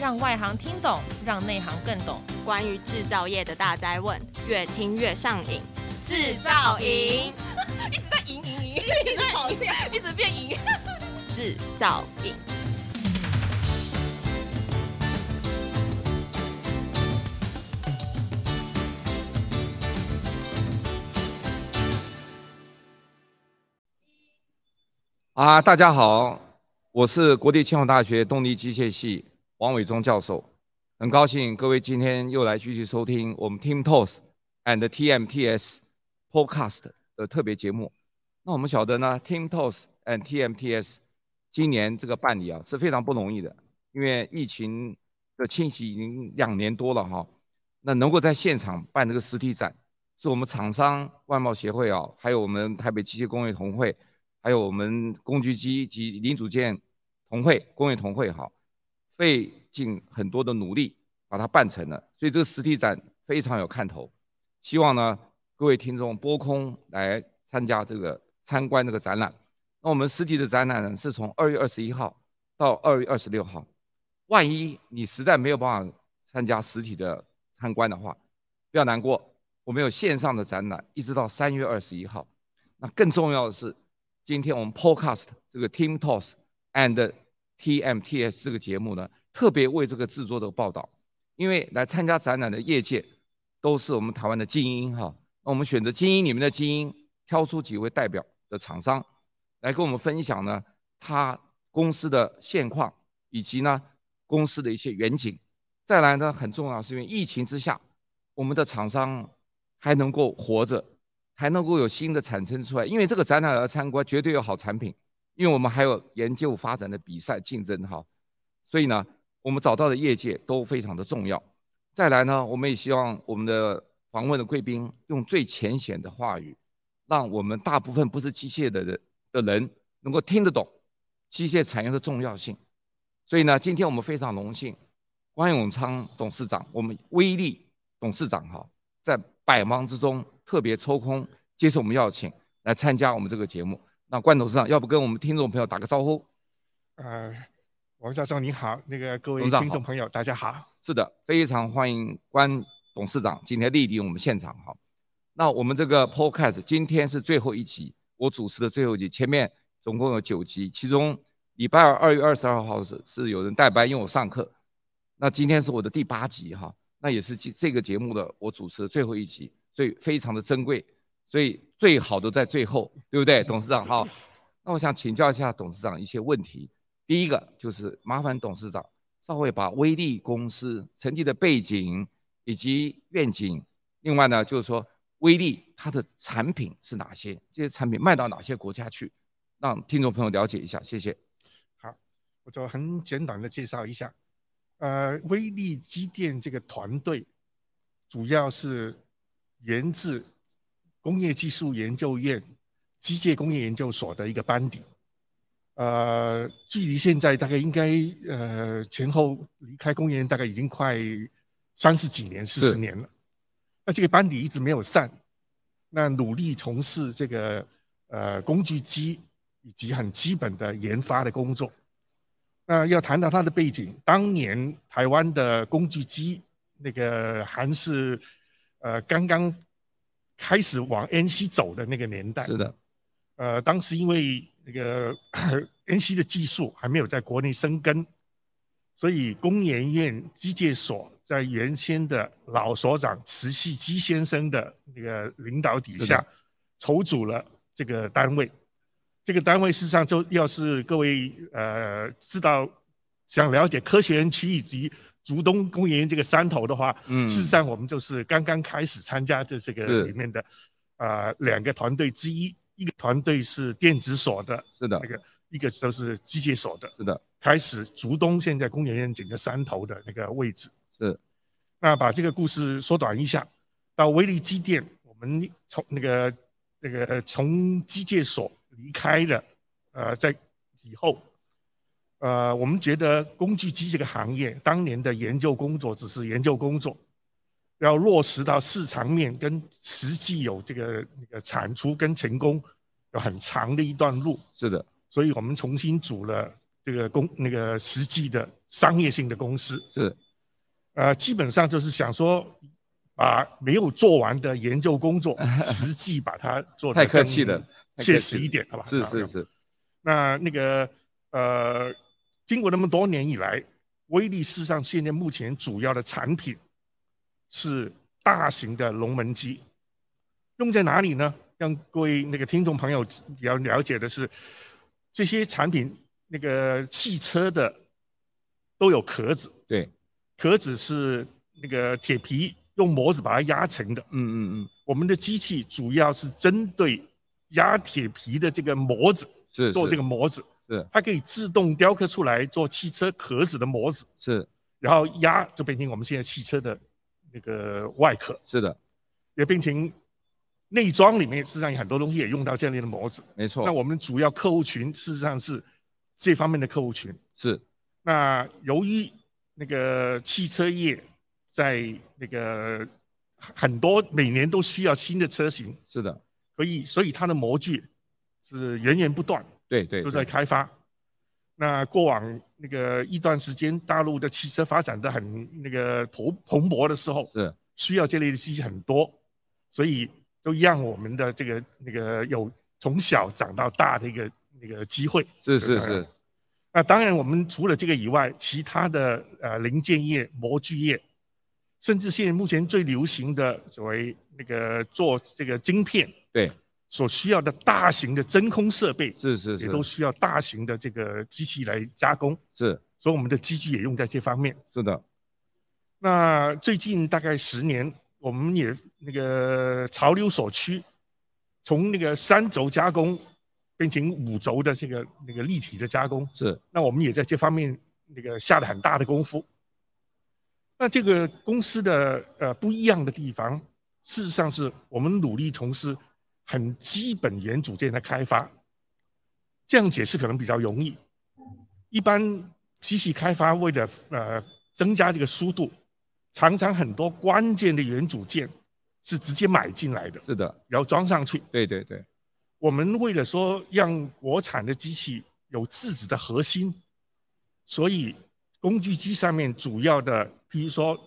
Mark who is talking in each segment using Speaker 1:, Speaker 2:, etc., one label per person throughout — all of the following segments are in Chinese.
Speaker 1: 让外行听懂，让内行更懂。
Speaker 2: 关于制造业的大灾问，越听越上瘾。制
Speaker 1: 造营
Speaker 2: 一直在赢赢赢，一直跑掉， 一直变赢。制造营。
Speaker 3: 啊，大家好，我是国立清华大学动力机械系王伟忠教授，很高兴各位今天又来继续收听我们 Team Talks and TMTS Podcast 的特别节目。那我们晓得呢，Team Talks and TMTS 今年这个办理啊是非常不容易的，因为疫情的侵袭已经两年多了哈。那能够在现场办这个实体展，是我们厂商外贸协会啊，还有我们台北机械工业同会。还有我们工具机及零组件同会、工业同会哈，费尽很多的努力把它办成了，所以这个实体展非常有看头。希望呢各位听众拨空来参加这个参观这个展览。那我们实体的展览呢是从二月二十一号到二月二十六号。万一你实在没有办法参加实体的参观的话，不要难过，我们有线上的展览，一直到三月二十一号。那更重要的是。今天我们 Podcast 这个 Team Talks and TMTS 这个节目呢，特别为这个制作这个报道，因为来参加展览的业界都是我们台湾的精英哈。那我们选择精英里面的精英，挑出几位代表的厂商来跟我们分享呢，他公司的现况以及呢公司的一些远景。再来呢，很重要是因为疫情之下，我们的厂商还能够活着。还能够有新的产生出来，因为这个展览而参观绝对有好产品，因为我们还有研究发展的比赛竞争哈，所以呢，我们找到的业界都非常的重要。再来呢，我们也希望我们的访问的贵宾用最浅显的话语，让我们大部分不是机械的人的人能够听得懂机械产业的重要性。所以呢，今天我们非常荣幸，关永昌董事长，我们威力董事长哈，在百忙之中。特别抽空接受我们邀请来参加我们这个节目。那关董事长，要不跟我们听众朋友打个招呼？
Speaker 4: 呃，王教授您好，那个各位
Speaker 3: 董事长
Speaker 4: 听
Speaker 3: 好
Speaker 4: 众朋友大家好。
Speaker 3: 是的，非常欢迎关董事长今天莅临我们现场哈。那我们这个 Podcast 今天是最后一集，我主持的最后一集，前面总共有九集，其中礼拜二二月二十二号是是有人代班，因为我上课。那今天是我的第八集哈，那也是这这个节目的我主持的最后一集，所以非常的珍贵，所以最好的在最后，对不对，董事长哈？那我想请教一下董事长一些问题。第一个就是麻烦董事长稍微把威力公司成立的背景以及愿景，另外呢就是说威力它的产品是哪些，这些产品卖到哪些国家去，让听众朋友了解一下，谢谢。
Speaker 4: 我就很简短的介绍一下。呃，威力机电这个团队主要是源自工业技术研究院机械工业研究所的一个班底。呃，距离现在大概应该呃前后离开工研院大概已经快三十几年、四
Speaker 3: 是
Speaker 4: 十年了。那这个班底一直没有散，那努力从事这个呃工具机以及很基本的研发的工作。那要谈到它的背景，当年台湾的工具机那个还是呃刚刚开始往 NC 走的那个年代，
Speaker 3: 是的，
Speaker 4: 呃，当时因为那个 NC 的技术还没有在国内生根，所以工研院机械所在原先的老所长慈禧基先生的那个领导底
Speaker 3: 是
Speaker 4: 下
Speaker 3: 的，
Speaker 4: 筹组了这个单位。这个单位事实上就要是各位呃知道想了解科学园区以及竹东工研院这个山头的话，
Speaker 3: 嗯
Speaker 4: 事实上我们就是刚刚开始参加这这
Speaker 3: 是
Speaker 4: 个里面的呃两个团队之一，一个团队是电子所的，
Speaker 3: 是的
Speaker 4: 那，个一个就是机械所的，
Speaker 3: 是的，
Speaker 4: 开始竹东现在工研院整个山头的那个位置。
Speaker 3: 是。
Speaker 4: 那把这个故事缩短一下，到威力机电，我们从那个那个呃从机械所离开了，呃，在以后，呃，我们觉得工具机这个行业当年的研究工作只是研究工作，要落实到市场面跟实际有这个那个产出跟成功有很长的一段路。
Speaker 3: 是的，
Speaker 4: 所以我们重新组了这个公那个实际的商业性的公司。
Speaker 3: 是
Speaker 4: 呃，基本上就是想说，把没有做完的研究 工作，实际把它做得
Speaker 3: 太客气了
Speaker 4: 更，
Speaker 3: 太客气
Speaker 4: 切
Speaker 3: 了
Speaker 4: 实一点，好吧？
Speaker 3: 是
Speaker 4: 好
Speaker 3: 是。是，
Speaker 4: 那那个呃，经过那么多年以来，威力事实上现在目前主要的产品是大型的龙门机，用在哪里呢？让各位那个听众朋友了了解的是，这些产品那个汽车的都有壳子，
Speaker 3: 对，
Speaker 4: 壳子是那个铁皮用模子把它压成的。
Speaker 3: 嗯嗯嗯，
Speaker 4: 我们的机器主要是针对压铁皮的这个模子
Speaker 3: 是
Speaker 4: 做
Speaker 3: 个
Speaker 4: 这个模子，
Speaker 3: 是
Speaker 4: 它可以自动雕刻出来做汽车壳子的模子，
Speaker 3: 是
Speaker 4: 然后压就变成我们现在汽车的那个外壳，
Speaker 3: 是的，
Speaker 4: 也变成内装里面实际上有很多东西也用到这类的模子。
Speaker 3: 没错
Speaker 4: 那，我们主要客户群事实上是这方面的客户群。
Speaker 3: 是
Speaker 4: 那由于那个汽车业在那个很多每年都需要新的车型，
Speaker 3: 是的，
Speaker 4: 所以所以它的模具是源源不断，
Speaker 3: 对对
Speaker 4: 都在
Speaker 3: 对，
Speaker 4: 开发。那过往那个一段时间，大陆的汽车发展的很那个蓬蓬勃的时候，
Speaker 3: 是
Speaker 4: 需要这类的机器很多，所以都让我们的这个那个有从小长到大的一个那个机会。
Speaker 3: 是
Speaker 4: 就是这样
Speaker 3: 是，
Speaker 4: 那当然，我们除了这个以外，其他的呃零件业、模具业，甚至现在目前最流行的所谓那个做这个晶片
Speaker 3: 对，
Speaker 4: 所需要的大型的真空设备，
Speaker 3: 是是
Speaker 4: 也都
Speaker 3: 是
Speaker 4: 需要大型的这个机器来加工，
Speaker 3: 是
Speaker 4: 所以我们的机具也用在这方面。
Speaker 3: 是的，
Speaker 4: 那最近大概十年，我们也那个潮流所趋，从那个三轴加工变成五轴的这个那个立体的加工。
Speaker 3: 是
Speaker 4: 那我们也在这方面那个下了很大的功夫。那这个公司的呃不一样的地方，事实上是我们努力从事很基本元组件的开发。这样解释可能比较容易。一般机器开发为了呃增加这个速度，常常很多关键的元组件是直接买进来的，
Speaker 3: 是的，
Speaker 4: 然后装上去。
Speaker 3: 对对对，
Speaker 4: 我们为了说让国产的机器有自己的核心，所以工具机上面主要的，譬如说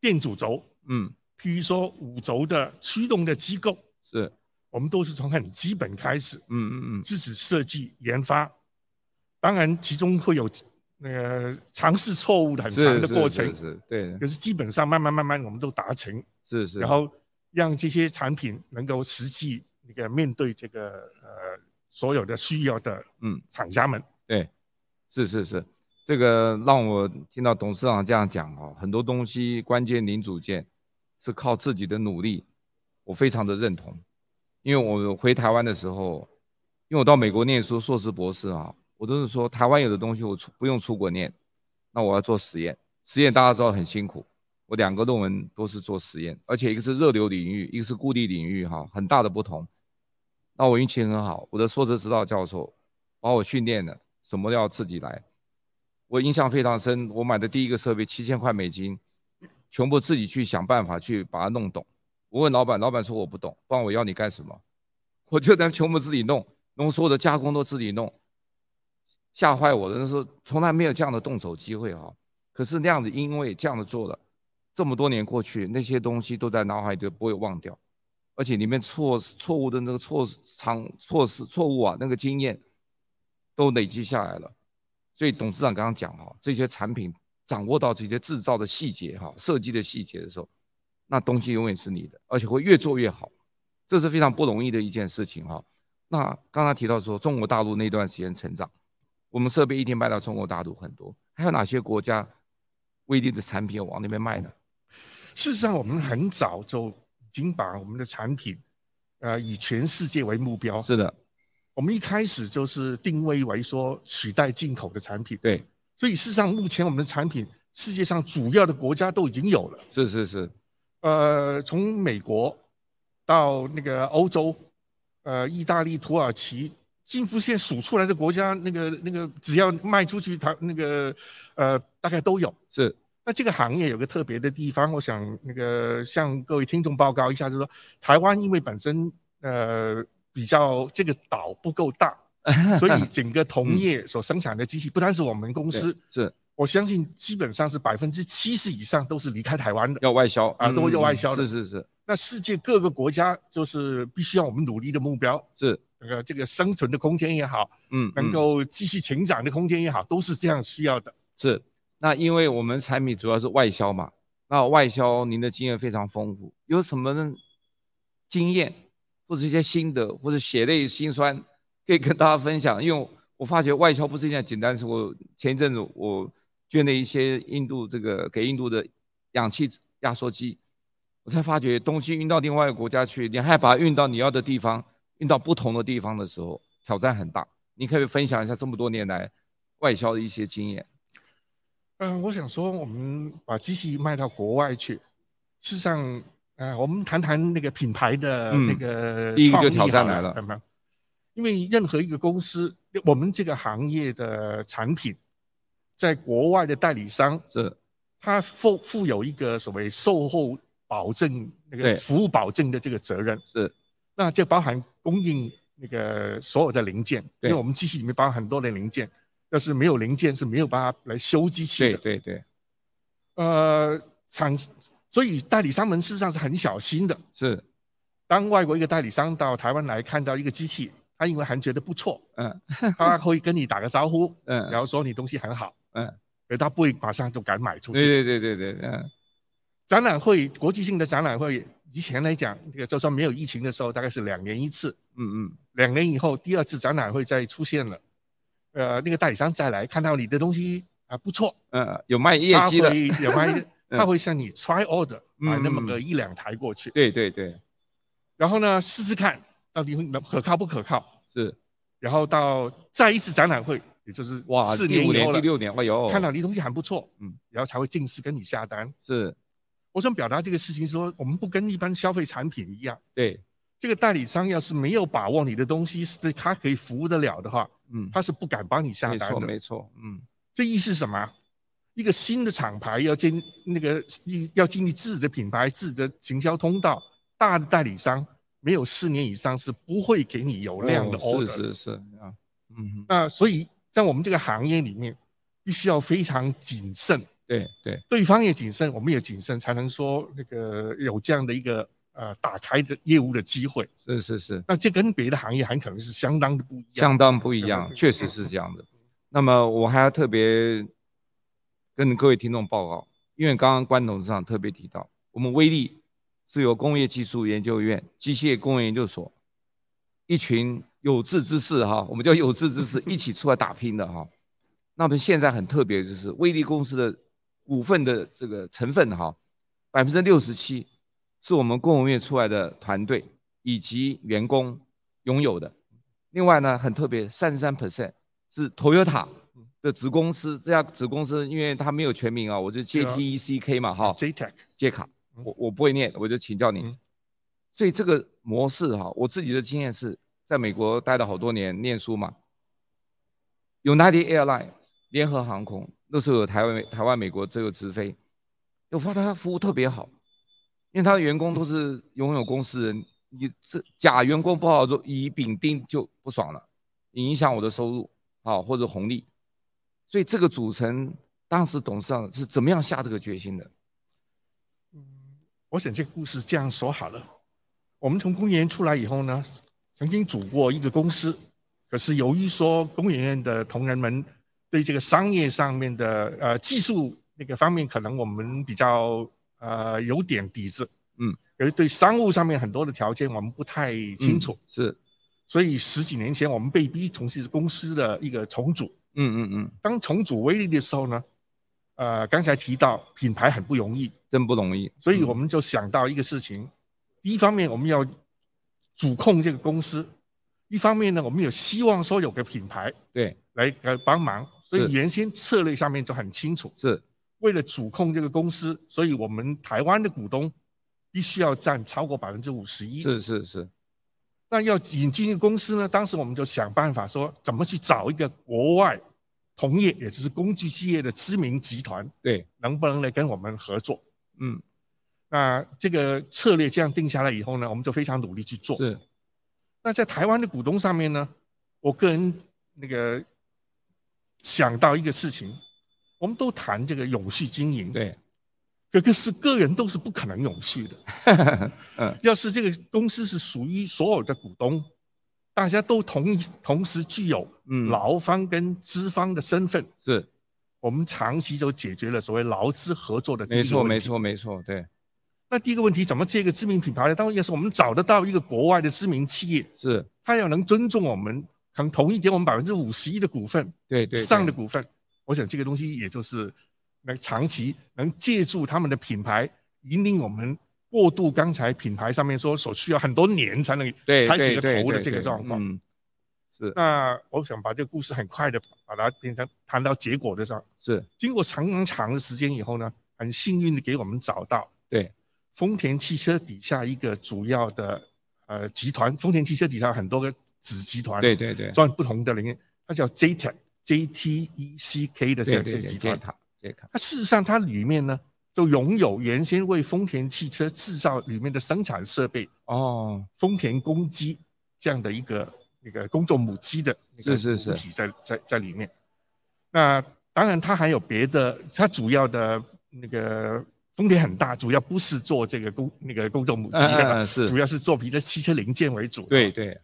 Speaker 4: 电阻轴，
Speaker 3: 嗯
Speaker 4: 譬如说五轴的驱动的机构，
Speaker 3: 是，
Speaker 4: 我们都是从很基本开始
Speaker 3: 嗯嗯嗯，
Speaker 4: 自己设计研发。当然，其中会有那个尝试错误的很
Speaker 3: 是
Speaker 4: 长的
Speaker 3: 是
Speaker 4: 过
Speaker 3: 是
Speaker 4: 程，
Speaker 3: 是，对，
Speaker 4: 可是基本上慢慢慢慢我们都达成。
Speaker 3: 是是，
Speaker 4: 然后让这些产品能够实际那个面对这个呃所有的需要的
Speaker 3: 嗯
Speaker 4: 厂家们。
Speaker 3: 对，是是是，这个让我听到董事长这样讲哦，很多东西关键零组件是靠自己的努力，我非常的认同。因为我回台湾的时候，因为我到美国念书硕士博士啊，我都是说台湾有的东西我出不用出国念，那我要做实验，实验大家知道很辛苦。我两个论文都是做实验，而且一个是热流领域，一个是固力领域，哈，很大的不同。那我运气很好，我的硕士指导教授把我训练了，什么都要自己来。我印象非常深，我买的第一个设备七千块美金，全部自己去想办法去把它弄懂。我问老板，老板说我不懂，不然我要你干什么？ 我就能全部自己弄，浓缩的加工都自己弄，吓坏我了。那时候从来没有这样的动手机会哈、可是那样子，因为这样子做了，这么多年过去，那些东西都在脑海里不会忘掉，而且里面错错误的那个错常错失错误啊，那个经验都累积下来了。所以董事长刚刚讲哈、这些产品掌握到这些制造的细节哈、设计的细节的时候，那东西永远是你的，而且会越做越好，这是非常不容易的一件事情哈、那刚才提到说，中国大陆那段时间成长，我们设备一定卖到中国大陆很多，还有哪些国家未定的产品往那边卖呢？
Speaker 4: 事实上，我们很早就已经把我们的产品，呃，以全世界为目标。
Speaker 3: 是的，
Speaker 4: 我们一开始就是定位为说取代进口的产品。
Speaker 3: 对，
Speaker 4: 所以事实上，目前我们的产品世界上主要的国家都已经有了，
Speaker 3: 是是是，
Speaker 4: 呃，从美国到那个欧洲，呃，意大利、土耳其，几乎现在数出来的国家，那个那个只要卖出去，它那个呃大概都有。
Speaker 3: 是
Speaker 4: 那这个行业有个特别的地方，我想那个向各位听众报告一下，就是说台湾因为本身呃比较这个岛不够大，所以整个同业所生产的机器，不单是我们公司，
Speaker 3: 是
Speaker 4: 我相信基本上是百分之七十以上都是离开台湾的。
Speaker 3: 要外销
Speaker 4: 啊都
Speaker 3: 嗯
Speaker 4: 要外销的
Speaker 3: 是是是
Speaker 4: 那世界各个国家就是必须要我们努力的目标，
Speaker 3: 是，
Speaker 4: 这个这个生存的空间也好，
Speaker 3: 嗯，
Speaker 4: 能
Speaker 3: 嗯
Speaker 4: 够继续成长的空间也好，都是这样需要的。
Speaker 3: 是。那因为我们产品主要是外销嘛，那外销您的经验非常丰富，有什么经验或者一些心得或者血泪辛酸可以跟大家分享？因为我发觉外销不是一件简单的事。我前一阵子我捐了一些印度这个给印度的氧气压缩机，我才发觉东西运到另外一个国家去，你还把它运到你要的地方，运到不同的地方的时候，挑战很大。你可不可以分享一下这么多年来外销的一些经验。
Speaker 4: 嗯、我想说，我们把机器卖到国外去，事实上，呃，我们谈谈那个品牌的
Speaker 3: 嗯
Speaker 4: 那个
Speaker 3: 第一个
Speaker 4: 创
Speaker 3: 就
Speaker 4: 意
Speaker 3: 挑战
Speaker 4: 好
Speaker 3: 来了
Speaker 4: 嗯嗯因为任何一个公司，我们这个行业的产品，在国外的代理商，
Speaker 3: 是
Speaker 4: 它负负有一个所谓售后保证那
Speaker 3: 对
Speaker 4: 个服务保证的这个责任，
Speaker 3: 是
Speaker 4: 那就包含供应那个所有的零件，因
Speaker 3: 对
Speaker 4: 为我们机器里面包含很多的零件，要是没有零件是没有办法来修机器
Speaker 3: 对
Speaker 4: 的。
Speaker 3: 对对，
Speaker 4: 呃，厂，所以代理商们事实上是很小心的。
Speaker 3: 是
Speaker 4: 当外国一个代理商到台湾来看到一个机器，他因为还觉得不错，
Speaker 3: 嗯
Speaker 4: 他会跟你打个招呼，
Speaker 3: 嗯，
Speaker 4: 然后说你东西很好，
Speaker 3: 嗯，
Speaker 4: 而他不会马上就敢买出去。
Speaker 3: 对对对对对，嗯
Speaker 4: 展览会，国际性的展览会，以前来讲，这个就算没有疫情的时候，大概是两年一次。
Speaker 3: 嗯嗯，
Speaker 4: 两年以后，第二次展览会再出现了，呃，那个代理商再来看到你的东西啊不错，
Speaker 3: 嗯，有卖业
Speaker 4: 他
Speaker 3: 绩的，
Speaker 4: 会有 卖，他会向你 try order 买那么
Speaker 3: 嗯
Speaker 4: 个一两台过去，
Speaker 3: 对对对，
Speaker 4: 然后呢试试看到底会能可靠不可靠，
Speaker 3: 是
Speaker 4: 然后到再一次展览会，也就是
Speaker 3: 哇，
Speaker 4: 四
Speaker 3: 第五
Speaker 4: 以
Speaker 3: 年、
Speaker 4: 后
Speaker 3: 第
Speaker 4: 了，
Speaker 3: 六年，哎呦，
Speaker 4: 看到你东西还不错，
Speaker 3: 嗯
Speaker 4: 嗯，然后才会正式跟你下单。
Speaker 3: 是，
Speaker 4: 我想表达这个事情说，我们不跟一般消费产品一样。
Speaker 3: 对，
Speaker 4: 这个代理商要是没有把握你的东西是他可以服务得了的话，
Speaker 3: 嗯，
Speaker 4: 他是不敢帮你下
Speaker 3: 没
Speaker 4: 单
Speaker 3: 错
Speaker 4: 的。
Speaker 3: 没错，嗯，
Speaker 4: 这意思是什么？一个新的厂牌要建那个要建立自己的品牌、自己的行销通道，大的代理商没有四年以上是不会给你有量的
Speaker 3: 哦
Speaker 4: order
Speaker 3: 是是
Speaker 4: 的。
Speaker 3: 是啊，嗯，
Speaker 4: 那所以在我们这个行业里面，必须要非常谨慎，
Speaker 3: 对对
Speaker 4: 对方也谨慎，我们也谨慎，才能说那个有这样的一个呃打开的业务的机会。
Speaker 3: 是是是，
Speaker 4: 那这跟别的行业很可能是相当的不一样。
Speaker 3: 相当不一
Speaker 4: 相当
Speaker 3: 样，
Speaker 4: 不一
Speaker 3: 确实
Speaker 4: 样
Speaker 3: 是这样的。那么我还要特别跟各位听众报告，因为刚刚关董事长特别提到，我们威力是由工业技术研究院、机械工业研究所一群有志之士哈，我们叫有志之士一起出来打拼的哈。那么现在很特别，就是威力公司的股份的这个成分哈，百分之六十七是我们工务院出来的团队以及员工拥有的。另外呢，很特别，三十三 percent 是 Toyota 的子公司，这家子公司因为它没有全名啊，我就 JTECK 嘛哈
Speaker 4: JTEC，
Speaker 3: 杰卡，
Speaker 4: 嗯
Speaker 3: 我我不会念，我就请教你
Speaker 4: 嗯。
Speaker 3: 所以这个模式哈、我自己的经验是在美国待了好多年念书嘛，United Airlines 联合航空那时候有台湾台湾美国这个直飞，我发现它服务特别好，因为它的员工都是拥有公司人，你这假员工不好做，乙丙丁就不爽了，你影响我的收入啊或者红利，所以这个组成当时董事长是怎么样下这个决心的？
Speaker 4: 我想这个故事这样说好了：我们从工研院出来以后呢，曾经组过一个公司，可是由于说工研院的同仁们对这个商业上面的呃技术那个方面，可能我们比较呃有点底子，
Speaker 3: 嗯，
Speaker 4: 而对商务上面很多的条件我们不太清楚，
Speaker 3: 嗯是
Speaker 4: 所以十几年前我们被逼从事公司的一个重组。
Speaker 3: 嗯嗯嗯，
Speaker 4: 当重组威力的时候呢，呃，刚才提到品牌很不容易，
Speaker 3: 真不容易。
Speaker 4: 所以我们就想到一个事情：第一方面，我们要主控这个公司；一方面呢，我们有希望说有个品牌
Speaker 3: 嗯对
Speaker 4: 来来帮忙。所
Speaker 3: 是
Speaker 4: 以原先策略上面就很清楚，
Speaker 3: 是
Speaker 4: 为了主控这个公司，所以我们台湾的股东必须要占超过百分之五十一。
Speaker 3: 是是是，
Speaker 4: 那要引进一个公司呢，当时我们就想办法说，怎么去找一个国外同业，也就是工具企业的知名集团，
Speaker 3: 对，
Speaker 4: 能不能来跟我们合作？
Speaker 3: 嗯
Speaker 4: 那这个策略这样定下来以后呢，我们就非常努力去做。
Speaker 3: 是
Speaker 4: 那在台湾的股东上面呢，我个人那个想到一个事情，我们都谈这个永续经营，
Speaker 3: 对，
Speaker 4: 可可是个人都是不可能永续的。
Speaker 3: 嗯，
Speaker 4: 要是这个公司是属于所有的股东，大家都同一同时具有
Speaker 3: 嗯
Speaker 4: 劳方跟资方的身份，
Speaker 3: 是，
Speaker 4: 我们长期就解决了所谓劳资合作的第一
Speaker 3: 没
Speaker 4: 个
Speaker 3: 错，
Speaker 4: 问题
Speaker 3: 没。错，没错，对，
Speaker 4: 那第一个问题，怎么借一个知名品牌呢？当然也是我们找得到一个国外的知名企业，
Speaker 3: 是，
Speaker 4: 他要能尊重我们，可能同意给我们百分之五十一的股份
Speaker 3: 对对，
Speaker 4: 上的
Speaker 3: 对
Speaker 4: 股份。我想这个东西也就是能长期能借助他们的品牌，引领我们过渡刚才品牌上面说所需要很多年才能
Speaker 3: 对
Speaker 4: 开始
Speaker 3: 对
Speaker 4: 一个
Speaker 3: 对
Speaker 4: 投的
Speaker 3: 对
Speaker 4: 这个
Speaker 3: 对
Speaker 4: 状况。
Speaker 3: 嗯，是
Speaker 4: 那我想把这个故事很快的把它变成谈到结果的上。
Speaker 3: 是，
Speaker 4: 经过长长长的时间以后呢，很幸运的给我们找到
Speaker 3: 对，
Speaker 4: 丰田汽车底下一个主要的呃集团，丰田汽车底下有很多个子集团，
Speaker 3: 对，对对，
Speaker 4: 专门不同的领域，它叫 JTEC JTECK E 的这
Speaker 3: 对
Speaker 4: 样
Speaker 3: 对
Speaker 4: 这个
Speaker 3: 对，
Speaker 4: 集
Speaker 3: 杰
Speaker 4: 团。
Speaker 3: 卡杰卡，
Speaker 4: 它事实上它里面呢，就拥有原先为丰田汽车制造里面的生产设备
Speaker 3: 哦，
Speaker 4: 丰田公鸡这样的一个那个工作母鸡的那个
Speaker 3: 是是是
Speaker 4: 母体在在在里面。那当然，它还有别的，它主要的那个丰田很大，主要不是做这个工那个工作母鸡
Speaker 3: 嗯嗯
Speaker 4: 的，
Speaker 3: 嗯是
Speaker 4: 主要是做别的汽车零件为主。
Speaker 3: 对。对，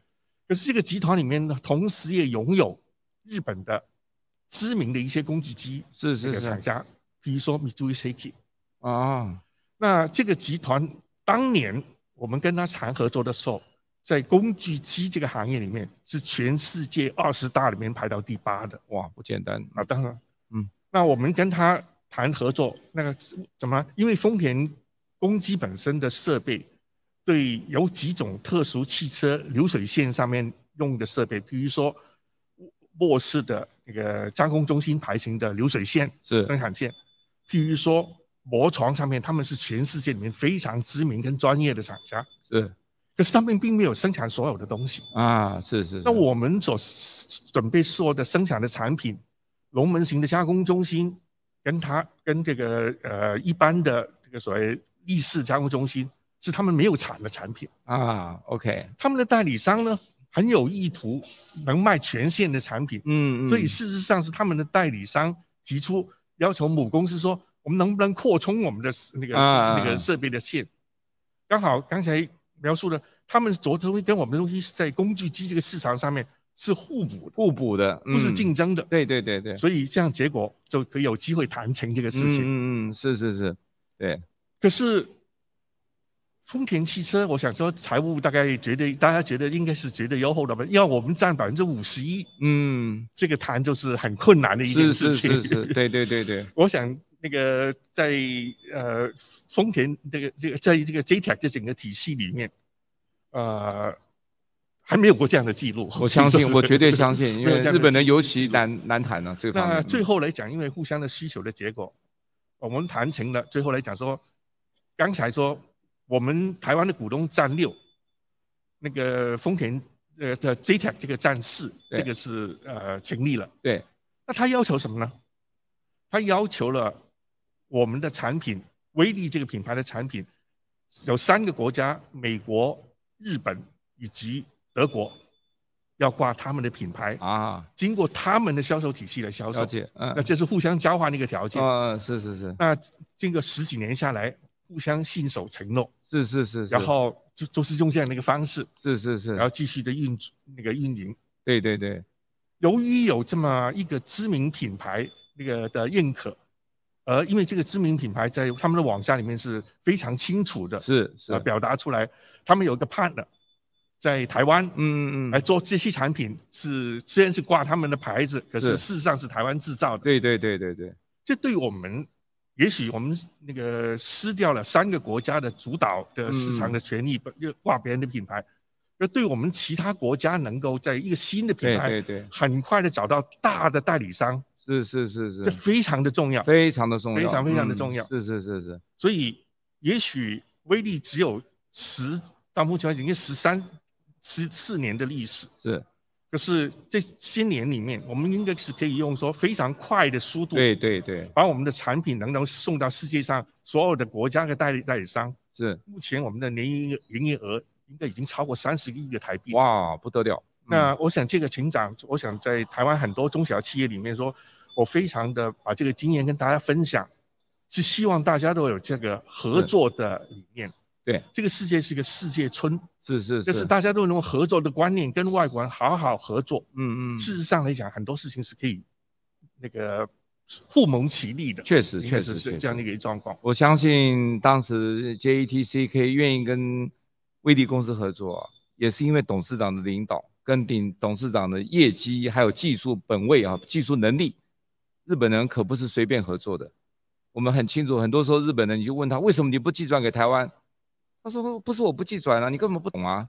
Speaker 4: 可是这个集团里面呢，同时也拥有日本的知名的一些工具机
Speaker 3: 是
Speaker 4: 这
Speaker 3: 是
Speaker 4: 个厂
Speaker 3: 是，
Speaker 4: 家，比如说 Mitsubishi。
Speaker 3: 哦，
Speaker 4: 那这个集团当年我们跟他谈合作的时候，在工具机这个行业里面是全世界二十大里面排到第八的
Speaker 3: 哇，不简单，
Speaker 4: 啊，当然，
Speaker 3: 嗯，
Speaker 4: 那我们跟他谈合作，那个怎么？因为丰田公鸡本身的设备对有几种特殊汽车流水线上面用的设备，比如说卧室的那个加工中心排型的流水线，
Speaker 3: 是
Speaker 4: 生产线，譬如说磨床上面，他们是全世界里面非常知名跟专业的厂家，
Speaker 3: 是
Speaker 4: 可是他们并没有生产所有的东西。
Speaker 3: 啊，是是，
Speaker 4: 那
Speaker 3: 是
Speaker 4: 我们所准备做的生产的产品，龙门型的加工中心，跟它跟这个呃一般的这个所谓立式加工中心，是他们没有产的产品。
Speaker 3: 啊，OK，
Speaker 4: 他们的代理商呢，很有意图能卖全线的产品，
Speaker 3: 嗯，嗯
Speaker 4: 所以事实上是他们的代理商提出要求母公司说，我们能不能扩充我们的那个、
Speaker 3: 啊
Speaker 4: 那个设备的线？刚好刚才描述的，他们做的东西跟我们的东西是在工具机这个市场上面是互补的，
Speaker 3: 互补的，
Speaker 4: 不是
Speaker 3: 嗯
Speaker 4: 竞争的，
Speaker 3: 对对对对，
Speaker 4: 所以这样结果就可以有机会谈成这个事情。
Speaker 3: 嗯嗯嗯，是是是，对，
Speaker 4: 可是丰田汽车，我想说财务大概觉得大家觉得应该是觉得优厚的吧，要我们占百分之五十一，
Speaker 3: 嗯，
Speaker 4: 这个谈就是很困难的一件
Speaker 3: 是
Speaker 4: 事
Speaker 3: 是是
Speaker 4: 情。
Speaker 3: 是，对对对 对，
Speaker 4: 我想那个在呃丰田这个这个在这个 JTEC 这整个体系里面，呃，还没有过这样的记录。
Speaker 3: 我 相信，我绝对相信，因
Speaker 4: 没有
Speaker 3: 为
Speaker 4: 这样
Speaker 3: 日
Speaker 4: 的
Speaker 3: 本人
Speaker 4: 记录
Speaker 3: 尤其难难谈啊呢，这个方
Speaker 4: 那
Speaker 3: 面。
Speaker 4: 最后来讲，因为互相的需求的结果，我们谈成了。最后来讲说，刚才说我们台湾的股东占六，那个丰田呃的 JTEC 这个占四，
Speaker 3: 对
Speaker 4: 这个是呃成立了。
Speaker 3: 对
Speaker 4: 那他要求什么呢？他要求了我们的产品威力这个品牌的产品有三个国家：美国、日本以及德国，要挂他们的品牌，
Speaker 3: 啊，
Speaker 4: 经过他们的销售体系来销售
Speaker 3: 了。解，嗯
Speaker 4: 那，这是互相交换的一个条件。
Speaker 3: 嗯，是是是
Speaker 4: 那经过十几年下来，互相信守承诺，
Speaker 3: 是是是，是
Speaker 4: 然后就就是用这样的一个方式，
Speaker 3: 是是是
Speaker 4: 然，后继续的运那个运营。
Speaker 3: 对对对，
Speaker 4: 由于有这么一个知名品牌那个的认可，而因为这个知名品牌在他们的网站里面是非常清楚的，
Speaker 3: 是是
Speaker 4: 呃，表达出来，他们有一个 partner 在台湾
Speaker 3: 嗯嗯
Speaker 4: 来
Speaker 3: 嗯，
Speaker 4: 做这些产品是，虽然是挂他们的牌子，可是
Speaker 3: 是
Speaker 4: 事实上是台湾制造的。
Speaker 3: 对对对对对，
Speaker 4: 这对我们，也许我们那个失掉了三个国家的主导的市
Speaker 3: 嗯
Speaker 4: 场的权利，又挂别人的品牌，那对我们其他国家能够在一个新的品
Speaker 3: 对
Speaker 4: 牌
Speaker 3: 对对，
Speaker 4: 很快的找到大的代理商，
Speaker 3: 是是是是
Speaker 4: 这，非常的重要。
Speaker 3: 非常的重要，
Speaker 4: 非常非常地
Speaker 3: 嗯
Speaker 4: 重要
Speaker 3: 是是是是，
Speaker 4: 所以，也许威力只有十，到目前为止应该十三、十四年的历史。
Speaker 3: 是，
Speaker 4: 可是这些年里面，我们应该是可以用说非常快的速度，
Speaker 3: 对对对，
Speaker 4: 把我们的产品能够送到世界上所有的国家的代理代理商。
Speaker 3: 是
Speaker 4: 目前我们的年营业营业额应该已经超过三十个亿的台币。
Speaker 3: 哇，不得了，
Speaker 4: 嗯
Speaker 3: 嗯
Speaker 4: 那我想这个成长，我想在台湾很多中小企业里面说，我非常的把这个经验跟大家分享，是希望大家都有这个合作的理念。
Speaker 3: 对，
Speaker 4: 这个世界是一个世界村，
Speaker 3: 是是
Speaker 4: 就是
Speaker 3: 是，
Speaker 4: 大家都能够合作的观念，跟外国人好好合作。
Speaker 3: 嗯嗯，
Speaker 4: 事实上来讲，很多事情是可以那个互谋其利的，
Speaker 3: 确实
Speaker 4: 应
Speaker 3: 确
Speaker 4: 该
Speaker 3: 实确
Speaker 4: 是
Speaker 3: 实
Speaker 4: 这样的一个状况。
Speaker 3: 我相信当时 E JETCK 愿意跟威力公司合作、啊，也是因为董事长的领导跟顶董事长的业绩还有技术本位啊，技术能力，日本人可不是随便合作的。我们很清楚，很多时候日本人你就问他为什么你不寄转给台湾，他说不是我不寄转啊，你根本不懂啊，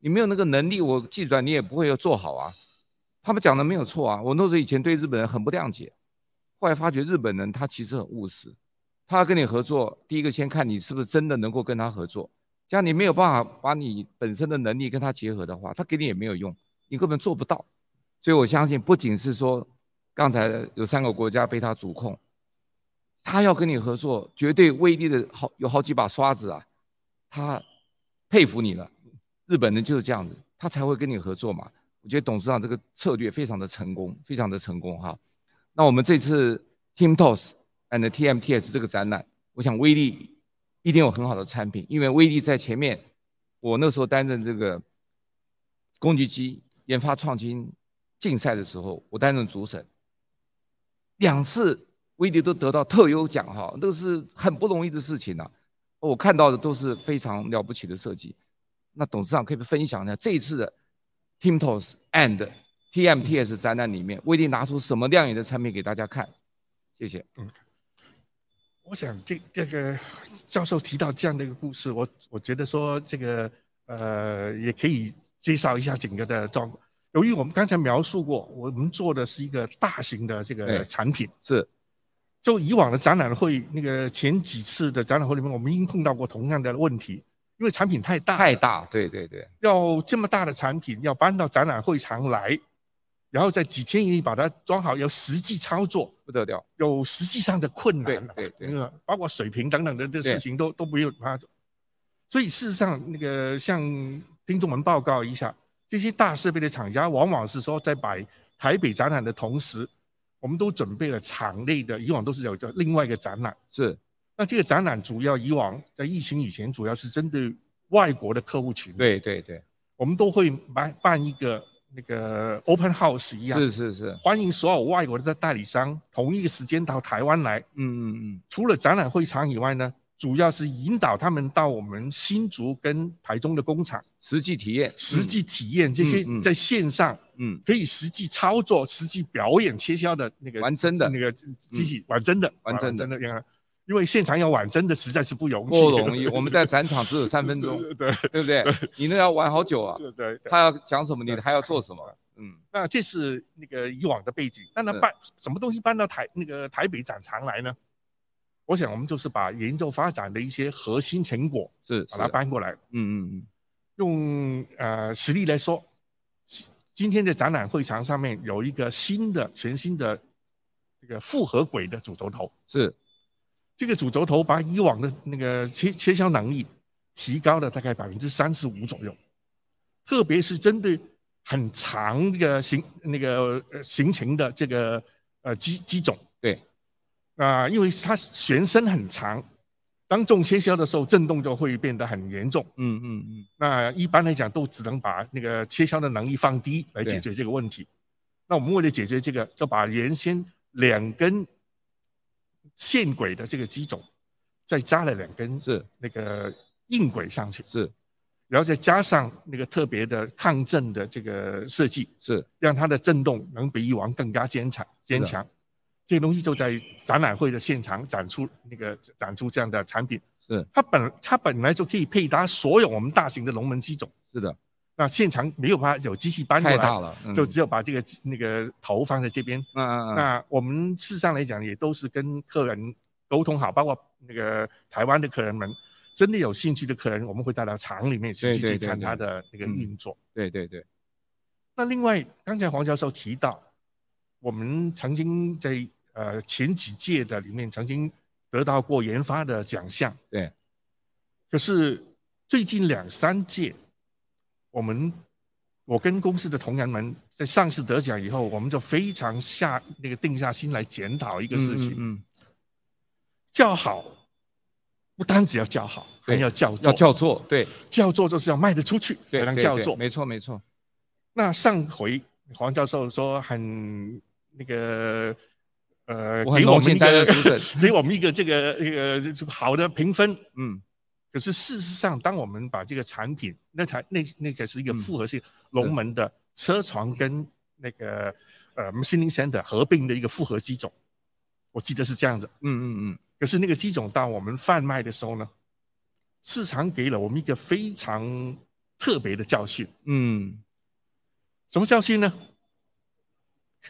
Speaker 3: 你没有那个能力，我寄转你也不会做好啊。他们讲的没有错啊，我那时候以前对日本人很不谅解，后来发觉日本人他其实很务实，他要跟你合作，第一个先看你是不是真的能够跟他合作。这样你没有办法把你本身的能力跟他结合的话，他给你也没有用，你根本做不到。所以我相信，不仅是说刚才有三个国家被他主控，他要跟你合作，绝对威力的好有好几把刷子啊，他佩服你了。日本人就是这样子，他才会跟你合作嘛。我觉得董事长这个策略非常的成功，非常的成功哈。那我们这次 Team Toss and TMTS 这个展览，我想威力一定有很好的产品，因为威力在前面，我那时候担任这个工具机研发创新竞赛的时候，我担任主审，两次威力都得到特优奖哈，那个是很不容易的事情呐、我看到的都是非常了不起的设计。那董事长可以分享一下这一次的 TIMTOS and TMTS 展览里面，威力拿出什么亮眼的产品给大家看？谢谢。
Speaker 4: 我想这这个教授提到这样的一个故事，我我觉得说这个呃也可以介绍一下整个的状况。由于我们刚才描述过，我们做的是一个大型的这个
Speaker 3: 对
Speaker 4: 产品。
Speaker 3: 是
Speaker 4: 就以往的展览会，那个前几次的展览会里面，我们已经碰到过同样的问题，因为产品太大，
Speaker 3: 太大，对对对，
Speaker 4: 要这么大的产品要搬到展览会场来，然后在几天以内把它装好，要实际操作，
Speaker 3: 不得了，
Speaker 4: 有实际上的困难、啊，
Speaker 3: 对对对
Speaker 4: 那个包括水平等等的这事情都都没有办法做。所以事实上，那个向听众们报告一下，这些大设备的厂家往往是说，在摆台北展览的同时，我们都准备了场内的，以往都是有叫另外一个展览。
Speaker 3: 是
Speaker 4: 那这个展览主要以往在疫情以前，主要是针对外国的客户群。，
Speaker 3: 对对对，
Speaker 4: 我们都会办办一个那个 open house 一样，
Speaker 3: 是是是，
Speaker 4: 欢迎所有外国的代理商同一个时间到台湾来。
Speaker 3: 嗯嗯嗯，
Speaker 4: 除了展览会场以外呢，主要是引导他们到我们新竹跟台中的工厂，
Speaker 3: 实际体验，
Speaker 4: 实际体验这些
Speaker 3: 嗯嗯
Speaker 4: 在线上
Speaker 3: 嗯，
Speaker 4: 可以实际操作、实际表演切削的那个
Speaker 3: 玩真的嗯
Speaker 4: 那个机器，玩真的，
Speaker 3: 玩真的
Speaker 4: 的，原来因为现场要玩真的实在是 不容易，
Speaker 3: 嗯不容 易。我们在展场只有三分钟，，
Speaker 4: 对
Speaker 3: 对不对？你那要玩好久啊，
Speaker 4: 对对对。
Speaker 3: 他要讲什么，你还要做什么？嗯，
Speaker 4: 那这是那个以往的背景。那那
Speaker 3: 是
Speaker 4: 搬什么东西搬到台那个台北展场来呢？我想我们就是把研究发展的一些核心成果
Speaker 3: 是是啊
Speaker 4: 把，它搬过来。
Speaker 3: 嗯嗯嗯，
Speaker 4: 用呃实例来说，今今天的展览会场上面有一个新的、全新的这个复合轨的主轴头。
Speaker 3: 是
Speaker 4: 这个主轴头把以往的那个切切削能力提高了大概百分之三十五左右，特别是针对很长的行那个呃行程的这个呃机机种
Speaker 3: 对，
Speaker 4: 啊、因为它旋身很长，当众切削的时候震动就会变得很严重。
Speaker 3: 嗯嗯嗯，
Speaker 4: 那一般来讲都只能把那个切削的能力放低来解决这个问题。那我们为了解决这个，就把原先两根线轨的这个机种，再加了两根
Speaker 3: 是
Speaker 4: 那个硬轨上去，
Speaker 3: 是
Speaker 4: 然后再加上那个特别的抗震的这个设计，
Speaker 3: 是，
Speaker 4: 让它的震动能比以往更加坚强坚强。这个东西就在展览会的现场展出那个展出这样的产品。
Speaker 3: 是
Speaker 4: 它本它本来就可以配搭所有我们大型的龙门机种。
Speaker 3: 是的，
Speaker 4: 那现场没有办法有机器搬过
Speaker 3: 太大
Speaker 4: 来，
Speaker 3: 了，嗯
Speaker 4: 就只有把这个那个头放在这边。
Speaker 3: 嗯嗯嗯，
Speaker 4: 那我们事实上来讲，也都是跟客人沟通好，包括那个台湾的客人们，真的有兴趣的客人，我们会带到厂里面实际
Speaker 3: 对对
Speaker 4: 去
Speaker 3: 对
Speaker 4: 看
Speaker 3: 对
Speaker 4: 它的那个
Speaker 3: 嗯
Speaker 4: 运作。
Speaker 3: 对对对，
Speaker 4: 那另外，刚才黄教授提到，我们曾经在呃前几届的里面曾经得到过研发的奖项，
Speaker 3: 对。
Speaker 4: 可是最近两三届，我们我跟公司的同仁们在上次得奖以后，我们就非常下那个定下心来检讨一个事情，
Speaker 3: 嗯，
Speaker 4: 叫好，不单只要叫好，还
Speaker 3: 对
Speaker 4: 要叫
Speaker 3: 要
Speaker 4: 座，
Speaker 3: 叫座，嗯对
Speaker 4: 叫座就是要卖得出去才
Speaker 3: 对，
Speaker 4: 能
Speaker 3: 对
Speaker 4: 叫
Speaker 3: 对
Speaker 4: 座。
Speaker 3: 没错没错，
Speaker 4: 那上回黄教授说很那个呃，
Speaker 3: 我很
Speaker 4: 给我
Speaker 3: 荣
Speaker 4: 们
Speaker 3: 幸
Speaker 4: 一
Speaker 3: 担任
Speaker 4: 个
Speaker 3: 主审，
Speaker 4: 给我们一个这个一个好的评分。
Speaker 3: 嗯，
Speaker 4: 可是事实上，当我们把这个产品，那台那那个是一个
Speaker 3: 嗯
Speaker 4: 复合性龙门的车床跟那个呃我们心灵 n 的合并的一个复合机种，我记得是这样子。
Speaker 3: 嗯嗯
Speaker 4: 可是那个机种到我们贩卖的时候呢，市场给了我们一个非常特别的教训。
Speaker 3: 嗯嗯，
Speaker 4: 什么教训呢？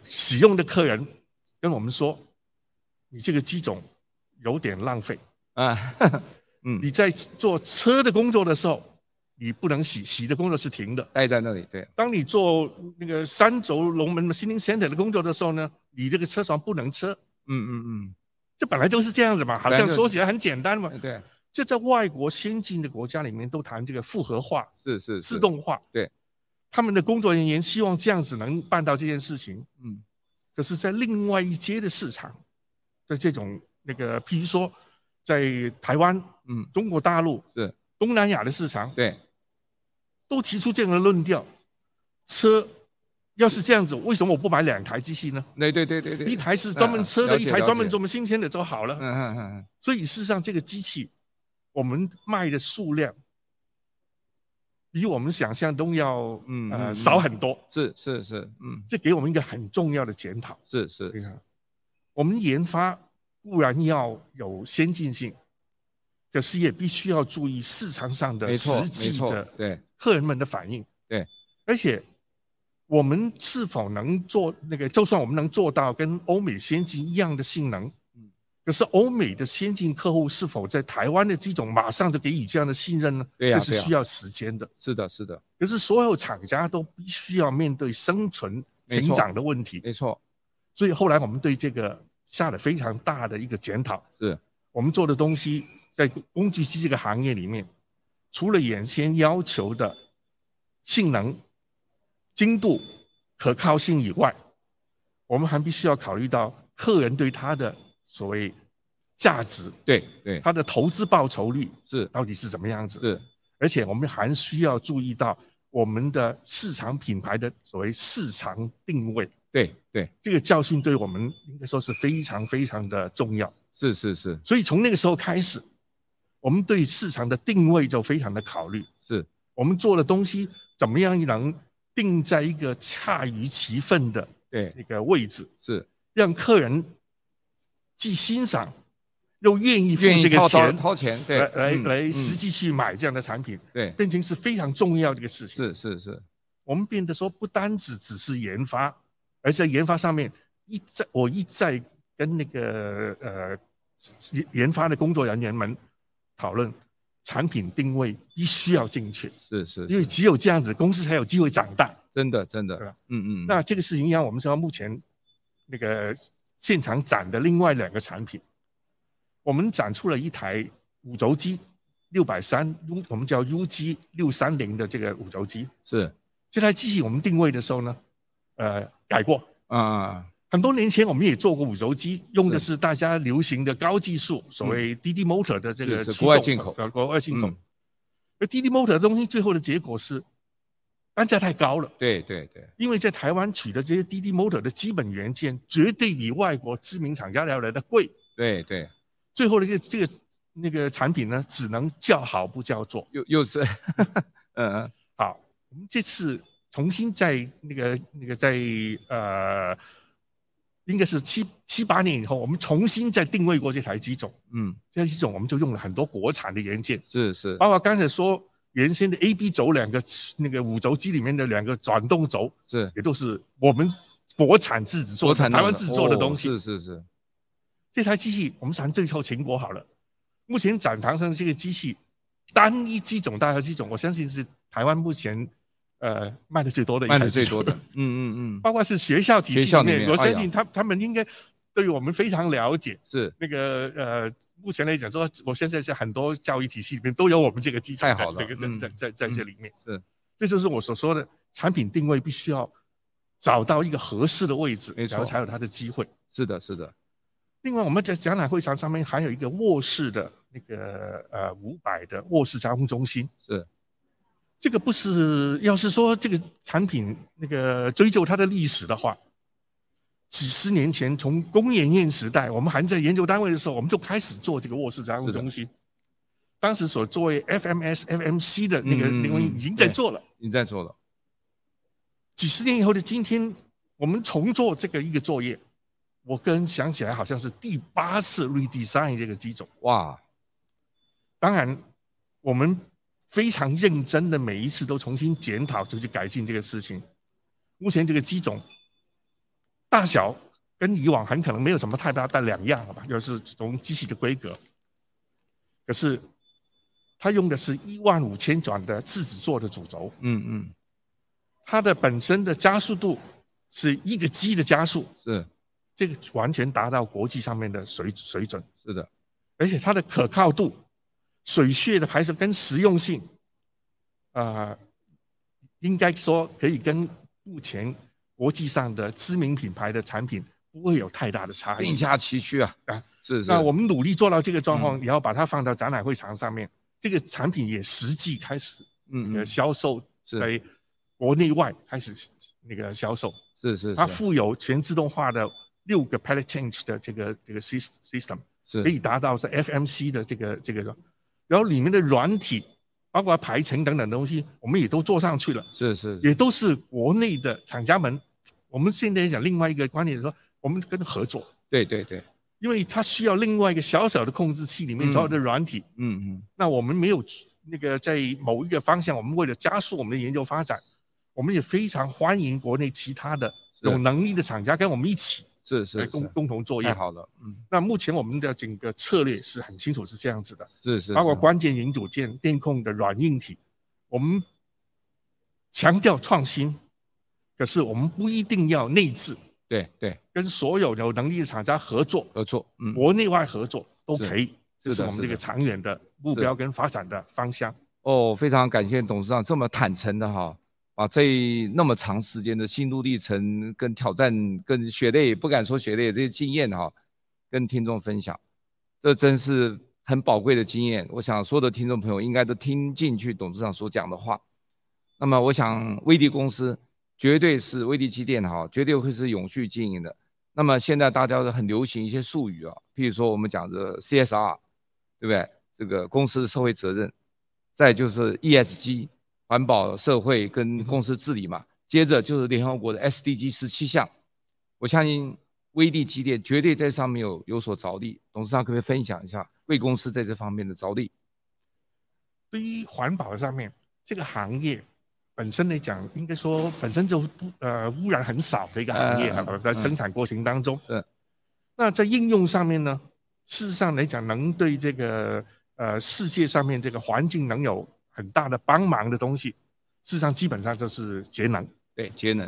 Speaker 4: 使用的客人跟我们说，你这个机种有点浪费。
Speaker 3: 啊， 嗯，
Speaker 4: 你在做车的工作的时候，你不能洗，洗的工作是停的。
Speaker 3: 待在那里，对，
Speaker 4: 当你做那个三轴龙门心灵 center 的工作的时候呢，你这个车床不能车。
Speaker 3: 嗯嗯
Speaker 4: 这本来就是这样子嘛，好
Speaker 3: 本
Speaker 4: 像
Speaker 3: 来就
Speaker 4: 说起来很简单嘛。
Speaker 3: 嗯，对，
Speaker 4: 这在外国先进的国家里面都谈这个复合化、
Speaker 3: 是是
Speaker 4: 自
Speaker 3: 是，
Speaker 4: 动化。
Speaker 3: 对，
Speaker 4: 他们的工作人员希望这样子能办到这件事情。
Speaker 3: 嗯
Speaker 4: 可是，在另外一阶的市场，在这种那个，譬如说，在台湾、
Speaker 3: 嗯，
Speaker 4: 中国大陆、
Speaker 3: 是
Speaker 4: 东南亚的市场，
Speaker 3: 对，
Speaker 4: 都提出这样的论调：车要是这样子，为什么我不买两台机器呢？
Speaker 3: 对对对对对，
Speaker 4: 一台是专门车
Speaker 3: 嗯
Speaker 4: 的，
Speaker 3: 嗯
Speaker 4: 一
Speaker 3: 了
Speaker 4: 台
Speaker 3: 解
Speaker 4: 专门
Speaker 3: 了解
Speaker 4: 做我们新鲜的就好
Speaker 3: 嗯
Speaker 4: 了。
Speaker 3: 嗯嗯嗯，
Speaker 4: 所以事实上，这个机器我们卖的数量比我们想象中要
Speaker 3: 嗯嗯
Speaker 4: 呃
Speaker 3: 嗯
Speaker 4: 少很多，
Speaker 3: 是是是，嗯，
Speaker 4: 这给我们一个很重要的检讨。
Speaker 3: 是是，
Speaker 4: 对啊，我们研发固然要有先进性，可是也必须要注意市场上的
Speaker 3: 没错
Speaker 4: 实
Speaker 3: 没
Speaker 4: 际
Speaker 3: 错
Speaker 4: 的，
Speaker 3: 对，
Speaker 4: 客人们的反应。
Speaker 3: 对，
Speaker 4: 而且我们是否能做那个？就算我们能做到跟欧美先进一样的性能
Speaker 3: 嗯，
Speaker 4: 可是欧美的先进客户是否在台湾的这种马上就给予这样的信任呢？
Speaker 3: 对呀
Speaker 4: 这
Speaker 3: 对
Speaker 4: 是
Speaker 3: 呀
Speaker 4: 需要时间的。
Speaker 3: 是的是的，
Speaker 4: 可是所有厂家都必须要面对生存
Speaker 3: 没错
Speaker 4: 成长的问题，
Speaker 3: 没错，
Speaker 4: 所以后来我们对这个下了非常大的一个检讨。
Speaker 3: 是，
Speaker 4: 我们做的东西在工具机这个行业里面，除了原先要求的性能、精度、可靠性以外，我们还必须要考虑到客人对它的所谓价值、
Speaker 3: 对对
Speaker 4: 它的投资报酬率
Speaker 3: 是
Speaker 4: 到底是怎么样子。
Speaker 3: 是，
Speaker 4: 而且我们还需要注意到我们的市场品牌的所谓市场定位。
Speaker 3: 对对
Speaker 4: 这个教训对我们应该说是非常非常的重要。
Speaker 3: 是是是
Speaker 4: 所以从那个时候开始，我们对市场的定位就非常的考虑，
Speaker 3: 是，
Speaker 4: 我们做的东西怎么样能定在一个恰于其分的
Speaker 3: 对
Speaker 4: 那个位置，
Speaker 3: 是，
Speaker 4: 让客人既欣赏又愿意付
Speaker 3: 愿意
Speaker 4: 这个
Speaker 3: 掏掏
Speaker 4: 钱
Speaker 3: 掏钱，对
Speaker 4: 来，来
Speaker 3: 嗯
Speaker 4: 来
Speaker 3: 嗯
Speaker 4: 实际去买这样的产品，
Speaker 3: 对，
Speaker 4: 变成是非常重要的一个事情。
Speaker 3: 是是是，
Speaker 4: 我们变得说不单只只是研发，而在研发上面一再我一再跟那个呃研研发的工作人员们讨论，产品定位必须要正确，
Speaker 3: 是是，
Speaker 4: 因为
Speaker 3: 是
Speaker 4: 只有这样子，公司才有机会长大。
Speaker 3: 真的真的
Speaker 4: 对吧，
Speaker 3: 嗯嗯，
Speaker 4: 那这个事情让我们说，目前那个现场展的另外两个产品，我们展出了一台五轴机六百三 U，我们叫 UG 六三零的这个五轴机。
Speaker 3: 是
Speaker 4: 这台机器我们定位的时候呢，呃，改过。
Speaker 3: 啊
Speaker 4: 很多年前我们也做过五轴机，用的是大家流行的高技术，所谓 DD motor 的这个
Speaker 3: 嗯是是
Speaker 4: 启动
Speaker 3: 国外进口
Speaker 4: 呃国外进口
Speaker 3: 嗯。
Speaker 4: 而 DD motor 的东西最后的结果是单价太高了，
Speaker 3: 对对对，
Speaker 4: 因为在台湾取得这些 DD motor 的基本元件，绝对比外国知名厂家要来的贵。
Speaker 3: 对对，
Speaker 4: 最后的一个这个那个产品呢，只能叫好不叫座。
Speaker 3: 又又是， 嗯嗯
Speaker 4: 好，啊我们这次重新在那个那个在呃，应该是七七八年以后，我们重新再定位过这台机种。
Speaker 3: 嗯，
Speaker 4: 这台机种我们就用了很多国产的元件，
Speaker 3: 是是
Speaker 4: 包括刚才说原先的 A、B 轴两个那个五轴机里面的两个转动轴，
Speaker 3: 是，
Speaker 4: 也都是我们国产自己做
Speaker 3: 国
Speaker 4: 的、
Speaker 3: 产
Speaker 4: 台湾
Speaker 3: 弄的
Speaker 4: 制作的
Speaker 3: 哦
Speaker 4: 东西。
Speaker 3: 是是是，
Speaker 4: 这台机器我们谈最后成果好了。目前展堂上这个机器，单一机种、大台机种，我相信是台湾目前呃卖的最多的一台
Speaker 3: 卖
Speaker 4: 机
Speaker 3: 的最多
Speaker 4: 种
Speaker 3: 的，，嗯嗯嗯，
Speaker 4: 包括是学校体
Speaker 3: 学
Speaker 4: 系
Speaker 3: 校
Speaker 4: 里
Speaker 3: 里
Speaker 4: 面，
Speaker 3: 面
Speaker 4: 我
Speaker 3: 哎呀
Speaker 4: 相信他他们应该对我们非常了解。
Speaker 3: 是
Speaker 4: 那个呃，目前来讲说，我现在是很多教育体系里面都有我们这个机种
Speaker 3: 太
Speaker 4: 在
Speaker 3: 好了
Speaker 4: 这个在
Speaker 3: 嗯
Speaker 4: 在在在这里面。
Speaker 3: 嗯是，
Speaker 4: 这就是我所说的，产品定位必须要找到一个合适的位置，
Speaker 3: 没错
Speaker 4: 然后才有它的机会。
Speaker 3: 是的，是的，
Speaker 4: 另外，我们在展览会场上面还有一个卧室的那个呃五百的卧室加工中心。
Speaker 3: 是
Speaker 4: 这个不是，要是说这个产品那个追究它的历史的话，几十年前从工业院时代，我们还在研究单位的时候，我们就开始做这个卧室加工中心。当时所作为 FMS、FMC 的那个
Speaker 3: 嗯嗯嗯
Speaker 4: 那个已经在做了。
Speaker 3: 你在做了，
Speaker 4: 几十年以后的今天，我们重做这个一个作业，我个人想起来好像是第八次 redesign 这个机种。
Speaker 3: 哇，
Speaker 4: 当然，我们非常认真的每一次都重新检讨，就去改进这个事情。目前这个机种大小跟以往很可能没有什么太大的两样了吧，就是从机器的规格。可是它用的是一万五千转的自己做的主轴，
Speaker 3: 嗯嗯，
Speaker 4: 它的本身的加速度是一个 G 的加速，
Speaker 3: 是
Speaker 4: 这个完全达到国际上面的水水准。
Speaker 3: 是的，
Speaker 4: 而且它的可靠度、水屑的排水跟实用性，呃，应该说可以跟目前国际上的知名品牌的产品不会有太大的差
Speaker 3: 并
Speaker 4: 异。
Speaker 3: 驾齐驱啊
Speaker 4: 啊，
Speaker 3: 是嗯是，
Speaker 4: 哎那我们努力做到这个状况，也要把它放到展览会场上面，这个产品也实际开始
Speaker 3: 嗯
Speaker 4: 呃
Speaker 3: 嗯
Speaker 4: 销售，
Speaker 3: 是
Speaker 4: 在国内外开始那个销售。
Speaker 3: 是是
Speaker 4: 它
Speaker 3: 是
Speaker 4: 附有全自动化的六个 pallet change 的这个这个 syst- system。可
Speaker 3: 是
Speaker 4: 以达到是 FMC 的这个这个，然后里面的软体，包括排程等等东西，我们也都做上去了，
Speaker 3: 是是
Speaker 4: 也都是国内的厂家们。我们现在讲另外一个观点是说，我们跟合作，
Speaker 3: 对对对，
Speaker 4: 因为它需要另外一个小小的控制器里面
Speaker 3: 嗯
Speaker 4: 所有的软体。
Speaker 3: 嗯嗯
Speaker 4: 那我们没有那个在某一个方向，我们为了加速我们的研究发展，我们也非常欢迎国内其他的
Speaker 3: 是
Speaker 4: 有能力的厂家跟我们一起
Speaker 3: 是是
Speaker 4: 来
Speaker 3: 是
Speaker 4: 共，共同作
Speaker 3: 太
Speaker 4: 业。
Speaker 3: 好了，嗯
Speaker 4: 那目前我们的整个策略是很清楚是这样子的。
Speaker 3: 是是，
Speaker 4: 包括
Speaker 3: 是
Speaker 4: 关键零组件、电控的软硬体，我们强调创新，可是我们不一定要内置，
Speaker 3: 对对
Speaker 4: 跟所有有能力的厂家合作，
Speaker 3: 合作，嗯
Speaker 4: 国内外合作都可以，这
Speaker 3: 是
Speaker 4: 是
Speaker 3: 的
Speaker 4: 我们这
Speaker 3: 是
Speaker 4: 个
Speaker 3: 的
Speaker 4: 长远的目标跟发展的方向。
Speaker 3: 哦，非常感谢董事长这么坦诚的哈，把这那么长时间的心路历程、跟挑战、跟血泪，不敢说血泪这些经验哈，跟听众分享，这真是很宝贵的经验。我想所有的听众朋友应该都听进去董事长所讲的话。那么，我想威力公司绝对是威力机电哈，绝对会是永续经营的。那么现在大家都很流行一些术语啊，譬如说我们讲的 CSR，对不对？这个公司社会责任，再就是 ESG 环保、社会跟公司治理嘛。接着就是联合国的 SDG 十七项，我相信威力机电绝对在上面有有所着力。董事长可不可以分享一下为公司在这方面的着力？
Speaker 4: 对于环保上面，这个行业本身来讲，应该说本身就不呃污染很少的一个行业，
Speaker 3: 嗯
Speaker 4: 呃在生产过程当中。
Speaker 3: 是
Speaker 4: 那在应用上面呢，事实上来讲，能对这个呃世界上面这个环境能有很大的帮忙的东西，事实上基本上就是节能，
Speaker 3: 对，节能，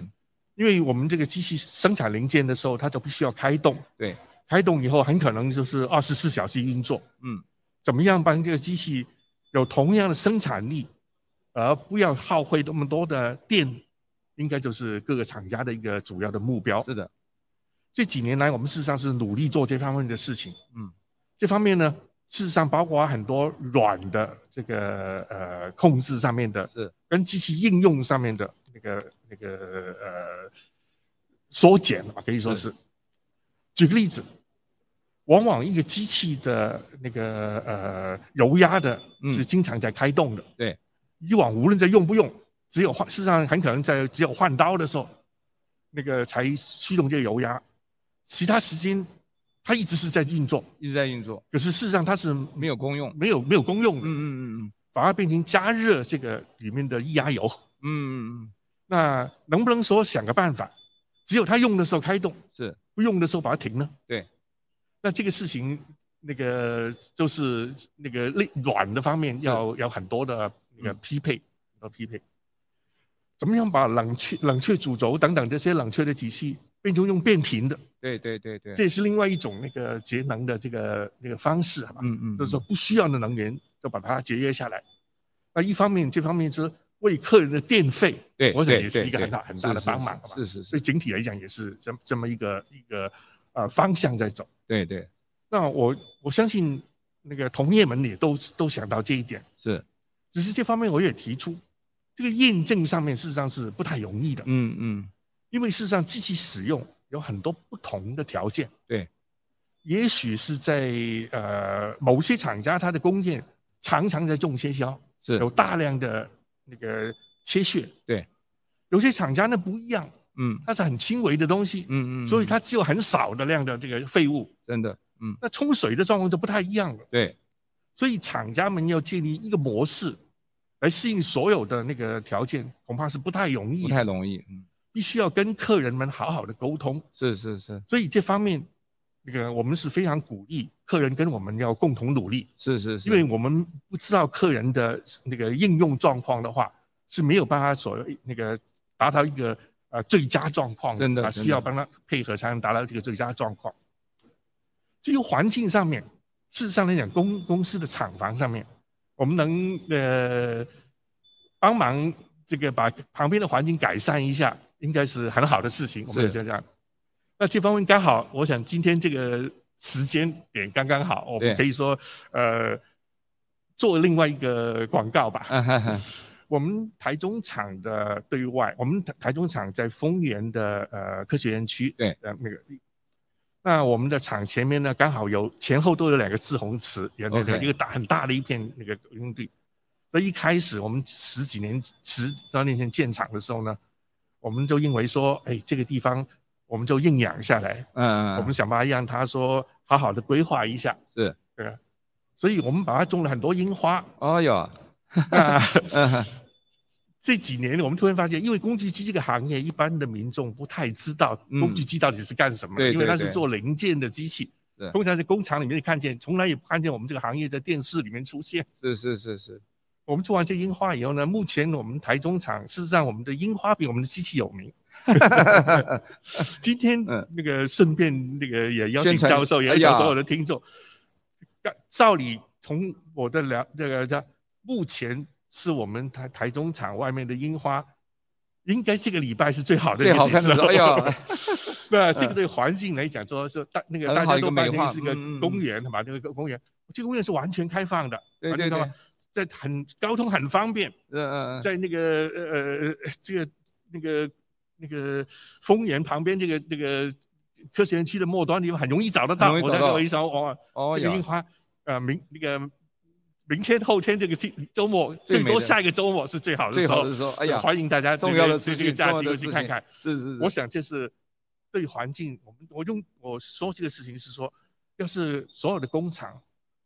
Speaker 4: 因为我们这个机器生产零件的时候，它就必须要开动，
Speaker 3: 对，
Speaker 4: 开动以后很可能就是二十四小时运作，
Speaker 3: 嗯，
Speaker 4: 怎么样帮这个机器有同样的生产力，而不要耗费那么多的电，应该就是各个厂家的一个主要的目标。
Speaker 3: 是的，
Speaker 4: 这几年来，我们事实上是努力做这方面的事情。
Speaker 3: 嗯，
Speaker 4: 这方面呢，事实上包括很多软的这个呃控制上面的，
Speaker 3: 是
Speaker 4: 跟机器应用上面的那个那个呃缩减吧，可以说
Speaker 3: 是
Speaker 4: 是。举个例子，往往一个机器的那个呃油压的
Speaker 3: 嗯
Speaker 4: 是经常在开动的，
Speaker 3: 对，
Speaker 4: 以往无论在用不用，只有换，事实上很可能在只有换刀的时候，那个才驱动这个油压，其他时间它一直是在运作，
Speaker 3: 一直在运作，
Speaker 4: 可是事实上它是
Speaker 3: 没有功用。
Speaker 4: 没有没有功用
Speaker 3: 嗯
Speaker 4: 的，
Speaker 3: 嗯嗯嗯
Speaker 4: 反而变成加热这个里面的液压油。
Speaker 3: 嗯嗯
Speaker 4: 那能不能说想个办法，只有它用的时候开动，
Speaker 3: 嗯，是
Speaker 4: 不用的时候把它停呢？
Speaker 3: 对，
Speaker 4: 那这个事情那个就是那个内软的方面要要很多的那个匹
Speaker 3: 嗯
Speaker 4: 配，要匹配。怎么样把冷却、冷却主轴等等这些冷却的体系变成用变频的？
Speaker 3: 对对对对，
Speaker 4: 这也是另外一种那个节能的这个那个方式，好吧？
Speaker 3: 嗯嗯，
Speaker 4: 就是说不需要的能源就把它节约下来。那一方面，这方面是为客人的电费，
Speaker 3: 对，
Speaker 4: 我想
Speaker 3: 对
Speaker 4: 也是一个
Speaker 3: 对
Speaker 4: 很大
Speaker 3: 对
Speaker 4: 很大的
Speaker 3: 是
Speaker 4: 帮忙吧。
Speaker 3: 是是
Speaker 4: 所
Speaker 3: 是，
Speaker 4: 以整体来讲也是这这么一个一个呃方向在走。
Speaker 3: 对对
Speaker 4: 那我我相信那个同业们也都都想到这一点，
Speaker 3: 是，
Speaker 4: 只是这方面我也提出，这个验证上面事实上是不太容易的，
Speaker 3: 嗯嗯，
Speaker 4: 因为事实上机器使用有很多不同的条件。
Speaker 3: 对，
Speaker 4: 也许是在呃某些厂家它的工业常常在重切削，
Speaker 3: 是
Speaker 4: 有大量的那个切削。
Speaker 3: 对，
Speaker 4: 有些厂家呢不一样，
Speaker 3: 嗯
Speaker 4: 它是很轻微的东西，
Speaker 3: 嗯嗯，
Speaker 4: 所以
Speaker 3: 嗯
Speaker 4: 它只有很少的量的这个废物。
Speaker 3: 真的，嗯，
Speaker 4: 那冲水的状况就不太一样了，
Speaker 3: 对，
Speaker 4: 所以厂家们要建立一个模式来适应所有的那个条件，恐怕是不太容易
Speaker 3: 不
Speaker 4: 的，
Speaker 3: 太容易，嗯，
Speaker 4: 必须要跟客人们好好的沟通。
Speaker 3: 是是是
Speaker 4: 所以这方面，那个我们是非常鼓励客人跟我们要共同努力，
Speaker 3: 是是是，
Speaker 4: 因为我们不知道客人的那个应用状况的话，是没有办法所那个达到一个呃最佳状况，
Speaker 3: 真的
Speaker 4: 啊，
Speaker 3: 真的
Speaker 4: 需要帮他配合才能达到呃这个最佳状况。至于环境上面，呃事实上来讲，公公司的厂房上面，我们能呃帮忙这个把旁边的环境改善一下，应该是很好的事情。我们
Speaker 3: 是
Speaker 4: 就这样。那这方面刚好，我想今天这个时间点刚刚好，我
Speaker 3: 对
Speaker 4: 们可以说呃做另外一个广告吧。
Speaker 3: 啊哈哈
Speaker 4: 我们台中厂的对外，我们台台中厂在丰原的呃科学园区，
Speaker 3: 对，
Speaker 4: 呃那个，那我们的厂前面呢，刚好有前后都有两个志宏池，有那个
Speaker 3: OK
Speaker 4: 一个大很大的一片那个用地。那一开始我们十几年十多年前建厂的时候呢，我们就认为说，哎，这个地方我们就硬养下来，
Speaker 3: 嗯嗯，嗯
Speaker 4: 我们想办法让它说好好的规划一下，
Speaker 3: 是，
Speaker 4: 对吧？所以我们把它种了很多 樱花，
Speaker 3: 哦哟，
Speaker 4: 那
Speaker 3: 嗯哼
Speaker 4: 这几年我们突然发现，因为工具机这个行业，一般的民众不太知道
Speaker 3: 嗯
Speaker 4: 工具机到底是干什么的，
Speaker 3: 对
Speaker 4: 因为它
Speaker 3: 对
Speaker 4: 是
Speaker 3: 对
Speaker 4: 做零件的机器
Speaker 3: 是。
Speaker 4: 通常在工厂里面看见，从来也不看见我们这个行业在电视里面出现。
Speaker 3: 是是是 是，
Speaker 4: 我们做完这樱花以后呢，目前我们台中厂事实上我们的樱花比我们的机器有名。今天
Speaker 3: 嗯
Speaker 4: 那个顺便那个也邀请
Speaker 3: 宣传
Speaker 4: 教授，也邀
Speaker 3: 哎
Speaker 4: 请
Speaker 3: 呀
Speaker 4: 所有的听众。照理从我的了这个叫目前是我们台台中厂外面的樱花，应该这个礼拜是最好的
Speaker 3: 最好看的时候，哎
Speaker 4: 哟。
Speaker 3: 呀，
Speaker 4: 那这个对环境来讲说说大那个
Speaker 3: 很
Speaker 4: 大
Speaker 3: 好
Speaker 4: 家
Speaker 3: 一个
Speaker 4: 都
Speaker 3: 美
Speaker 4: 扮
Speaker 3: 化
Speaker 4: 成是个
Speaker 3: 嗯嗯嗯
Speaker 4: 公园嘛，那个公园，这个公园是完全开放的，啊
Speaker 3: 对
Speaker 4: 完
Speaker 3: 对
Speaker 4: 全
Speaker 3: 对
Speaker 4: 开，放，在很交通很方便。
Speaker 3: 嗯嗯嗯，
Speaker 4: 在那个呃呃这个那个那个丰原旁边这个这个科学园区的末端地方，很容易找得到。
Speaker 3: 很容易
Speaker 4: 我
Speaker 3: 找
Speaker 4: 在
Speaker 3: 到
Speaker 4: 那一上哇，
Speaker 3: 哦
Speaker 4: 这个樱
Speaker 3: 哟，
Speaker 4: 花呃明那个明天后天这个季周末
Speaker 3: 最
Speaker 4: 最
Speaker 3: 美的
Speaker 4: 多下一个周末是最好的
Speaker 3: 最
Speaker 4: 时
Speaker 3: 好
Speaker 4: 候
Speaker 3: 的。时候，哎呀，
Speaker 4: 欢迎大家
Speaker 3: 重要的
Speaker 4: 这
Speaker 3: 资
Speaker 4: 个这
Speaker 3: 讯，
Speaker 4: 个假
Speaker 3: 重要
Speaker 4: 期
Speaker 3: 的
Speaker 4: 过
Speaker 3: 资
Speaker 4: 去
Speaker 3: 讯
Speaker 4: 看看。，
Speaker 3: 是是是，
Speaker 4: 我想这是对环境，我们我用我说这个事情是说，要是所有的工厂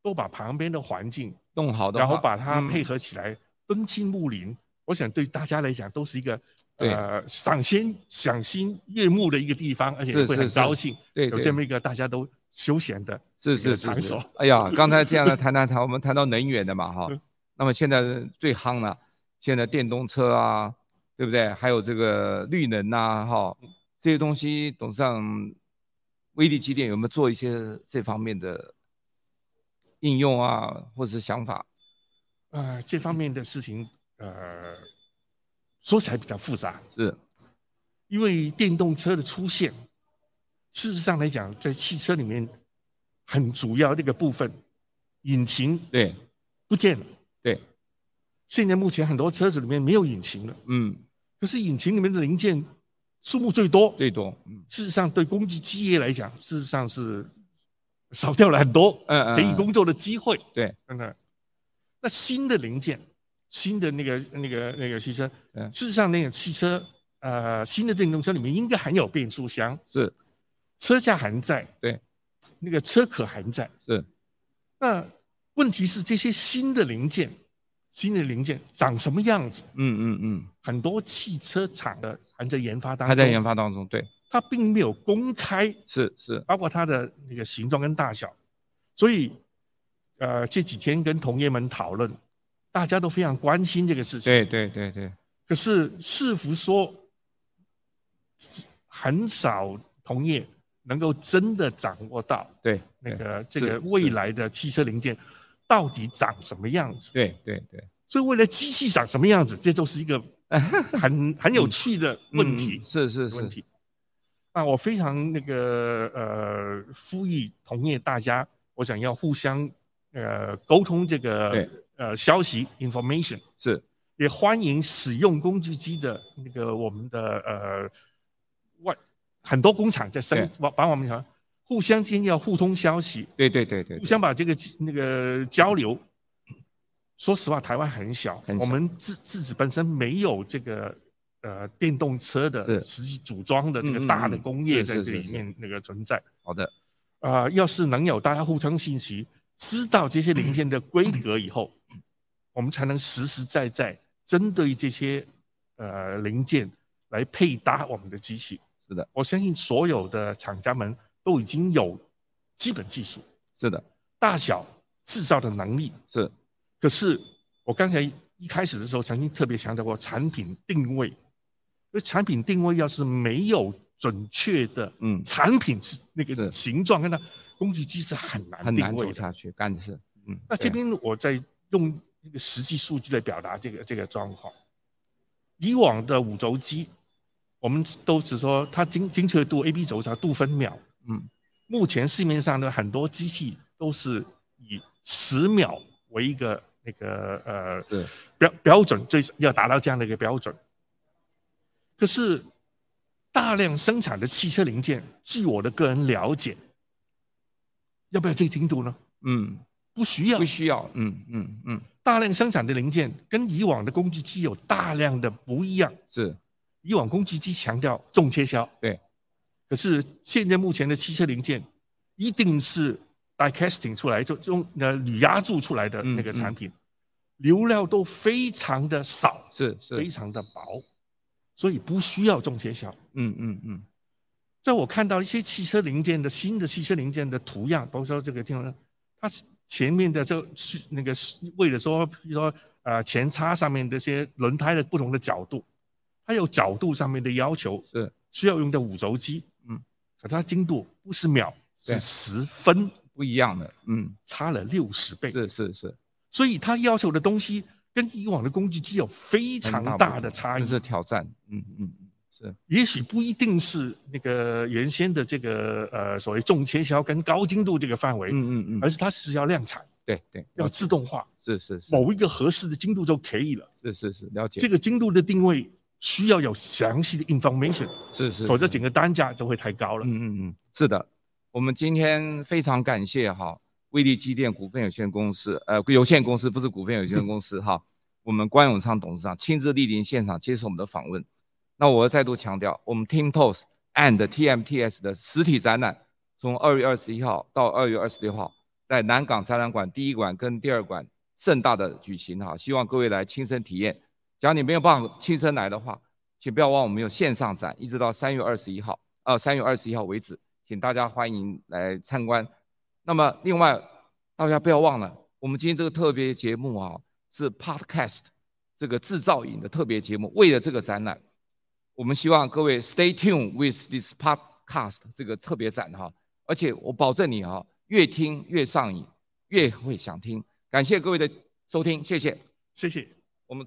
Speaker 4: 都把旁边的环境
Speaker 3: 弄好的话，
Speaker 4: 然后把它
Speaker 3: 嗯
Speaker 4: 配合起来，敦亲睦邻，我想对大家来讲都是一个
Speaker 3: 对
Speaker 4: 呃赏心赏心悦目的一个地方，而且
Speaker 3: 是
Speaker 4: 会
Speaker 3: 是
Speaker 4: 很
Speaker 3: 是
Speaker 4: 高兴
Speaker 3: 对
Speaker 4: 有
Speaker 3: 对
Speaker 4: 这么一个大家都休闲的
Speaker 3: 是
Speaker 4: 一个
Speaker 3: 是是
Speaker 4: 场
Speaker 3: 是
Speaker 4: 所。，
Speaker 3: 哎呀，刚才这样的谈谈谈，我们谈到能源的嘛哈
Speaker 4: 嗯，
Speaker 3: 那么现在最夯了，现在电动车啊，对不对？还有这个绿能呐、哈，这些东西，董事长，威力机电有没有做一些这方面的应用啊，或者是想法？
Speaker 4: 呃，这方面的事情呃说起来比较复杂，
Speaker 3: 是
Speaker 4: 因为电动车的出现，事实上来讲，在汽车里面很主要的一个部分，引擎
Speaker 3: 对
Speaker 4: 不见了。
Speaker 3: 对，
Speaker 4: 现在目前很多车子里面没有引擎了。
Speaker 3: 嗯，
Speaker 4: 可是引擎里面的零件数目最多，
Speaker 3: 最多，嗯
Speaker 4: 事实上对工具机业来讲，事实上是少掉了很多
Speaker 3: 嗯嗯，
Speaker 4: 可以
Speaker 3: 嗯
Speaker 4: 工作的机会。
Speaker 3: 对，
Speaker 4: 真的。那新的零件，新的那个那个那个汽车
Speaker 3: 嗯，
Speaker 4: 事实上那个汽车，呃，新的电动车里面应该含有变速箱，
Speaker 3: 是
Speaker 4: 车架还在，
Speaker 3: 对，
Speaker 4: 那个车壳还在。
Speaker 3: 是
Speaker 4: 那问题是这些新的零件，新的零件长什么样子？
Speaker 3: 嗯嗯嗯，
Speaker 4: 很多汽车厂的还在研发当中，
Speaker 3: 还在研发当中，对，
Speaker 4: 它并没有公开，
Speaker 3: 是是，
Speaker 4: 包括它的那个形状跟大小，所以，呃，这几天跟同业们讨论，大家都非常关心这个事情。
Speaker 3: 对对对对，
Speaker 4: 可是是否说，很少同业能够真的掌握到
Speaker 3: 对
Speaker 4: 那
Speaker 3: 对
Speaker 4: 个这
Speaker 3: 是
Speaker 4: 个
Speaker 3: 是
Speaker 4: 未来的汽车零件到底长什么样子。
Speaker 3: 对对对，
Speaker 4: 所以未来机器长什么样子，这就是一个 很很有趣的问题
Speaker 3: 嗯。是是
Speaker 4: 问
Speaker 3: 是，
Speaker 4: 题。那我非常那个呃，呼吁同业大家，我想要互相呃沟通这个
Speaker 3: 对
Speaker 4: 呃消息 information，
Speaker 3: 是
Speaker 4: 也欢迎使用工具机的那个我们的呃外很多工厂在生把把我们讲互相间要互通消息，
Speaker 3: 对对对对
Speaker 4: 互，相把这个那个交流。说实话，台湾很小，
Speaker 3: 很小
Speaker 4: 我们自自己本身没有这个呃电动车的
Speaker 3: 是
Speaker 4: 实际组装的这
Speaker 3: 嗯
Speaker 4: 个
Speaker 3: 嗯
Speaker 4: 大
Speaker 3: 嗯
Speaker 4: 的工业
Speaker 3: 是
Speaker 4: 在
Speaker 3: 是
Speaker 4: 这
Speaker 3: 是
Speaker 4: 里
Speaker 3: 是
Speaker 4: 面那个存在。
Speaker 3: 好的，
Speaker 4: 啊、要是能有大家互通信息，知道这些零件的规格以后，我们才能实实在在针对这些呃零件来配搭我们的机器。
Speaker 3: 是的，
Speaker 4: 我相信所有的厂家们都已经有基本技术、
Speaker 3: 是的，
Speaker 4: 大小、制造的能力。
Speaker 3: 是
Speaker 4: 可是我刚才一开始的时候曾经特别强调过产品定位，因为产品定位要是没有准确的
Speaker 3: 嗯，
Speaker 4: 产品是那个
Speaker 3: 是
Speaker 4: 形状跟它工具机是很难
Speaker 3: 很
Speaker 4: 定
Speaker 3: 难
Speaker 4: 位
Speaker 3: 走
Speaker 4: 的。
Speaker 3: 下去，干的是，嗯，
Speaker 4: 那这
Speaker 3: 对
Speaker 4: 边我在用那个实际数据来表达这个这个状况。以往的五轴机，我们都只说它精精确度 A B 轴长度分秒，
Speaker 3: 嗯，
Speaker 4: 目前市面上的很多机器都是以十秒为一个那个呃
Speaker 3: 是
Speaker 4: 标标准，最要达到这样的一个标准。可是大量生产的汽车零件，据我的个人了解，要不要这个精度呢？
Speaker 3: 嗯，
Speaker 4: 不需要
Speaker 3: 不。需要，嗯嗯嗯，
Speaker 4: 大量生产的零件跟以往的工具机有大量的不一样。
Speaker 3: 是
Speaker 4: 以往工具机强调重切削，
Speaker 3: 对。
Speaker 4: 可是现在目前的汽车零件，一定是 die casting 出来，就用呃铝压铸出来的那个
Speaker 3: 嗯嗯
Speaker 4: 产品，流料都非常的少，
Speaker 3: 是
Speaker 4: 非
Speaker 3: 是，
Speaker 4: 常的薄，所以不需要重切削。
Speaker 3: 嗯嗯嗯，
Speaker 4: 在我看到一些汽车零件的新的汽车零件的图样，比如说这个地方，它是前面的这是那个是为了说，比如说呃前叉上面这些轮胎的不同的角度，它有角度上面的要求，
Speaker 3: 是
Speaker 4: 需要用的五轴机，
Speaker 3: 嗯，
Speaker 4: 可它精度不是秒，是
Speaker 3: 对
Speaker 4: 十分，
Speaker 3: 不一样的，嗯，
Speaker 4: 差了六十倍，
Speaker 3: 是是是，
Speaker 4: 所以它要求的东西跟以往的工具机有非
Speaker 3: 很
Speaker 4: 常
Speaker 3: 不
Speaker 4: 大
Speaker 3: 同
Speaker 4: 的差异，
Speaker 3: 这是挑战，嗯嗯嗯，是
Speaker 4: 也许不一定是那个原先的这个呃所谓重切削跟高精度这个范围，
Speaker 3: 嗯嗯嗯，
Speaker 4: 而是它是要量产、
Speaker 3: 对对，
Speaker 4: 要自动化，
Speaker 3: 是是是
Speaker 4: 某一个合适的精度就可以了。
Speaker 3: 是是是，了解，
Speaker 4: 这个精度的定位需要有详细的 information，
Speaker 3: 是是，
Speaker 4: 否则
Speaker 3: 是
Speaker 4: 整个单价就会太高了。
Speaker 3: 嗯嗯嗯，是的，我们今天非常感谢哈威力机电股份有限公司，呃，有限公司不是股份有限公司 哈，我们关永昌董事长亲自莅临现场接受我们的访问。那我要再度强调，我们 Team Toast and TMTS 的实体展览，从二月二十一号到二月二十六号，在南港展览馆第一馆跟第二馆盛大的举行哈，希望各位来亲身体验。假如你没有办法亲身来的话，请不要忘我们有线上展，一直到三月二十一号，呃，三月二十一号为止，请大家欢迎来参观。那么，另外大家不要忘了，我们今天这个特别节目啊，是 Podcast 这个制造影的特别节目，为了这个展览，我们希望各位 Stay tuned with this podcast 这个特别展哈、而且我保证你啊，越听越上瘾，越会想听。感谢各位的收听，谢谢。
Speaker 4: 谢谢。
Speaker 3: 我们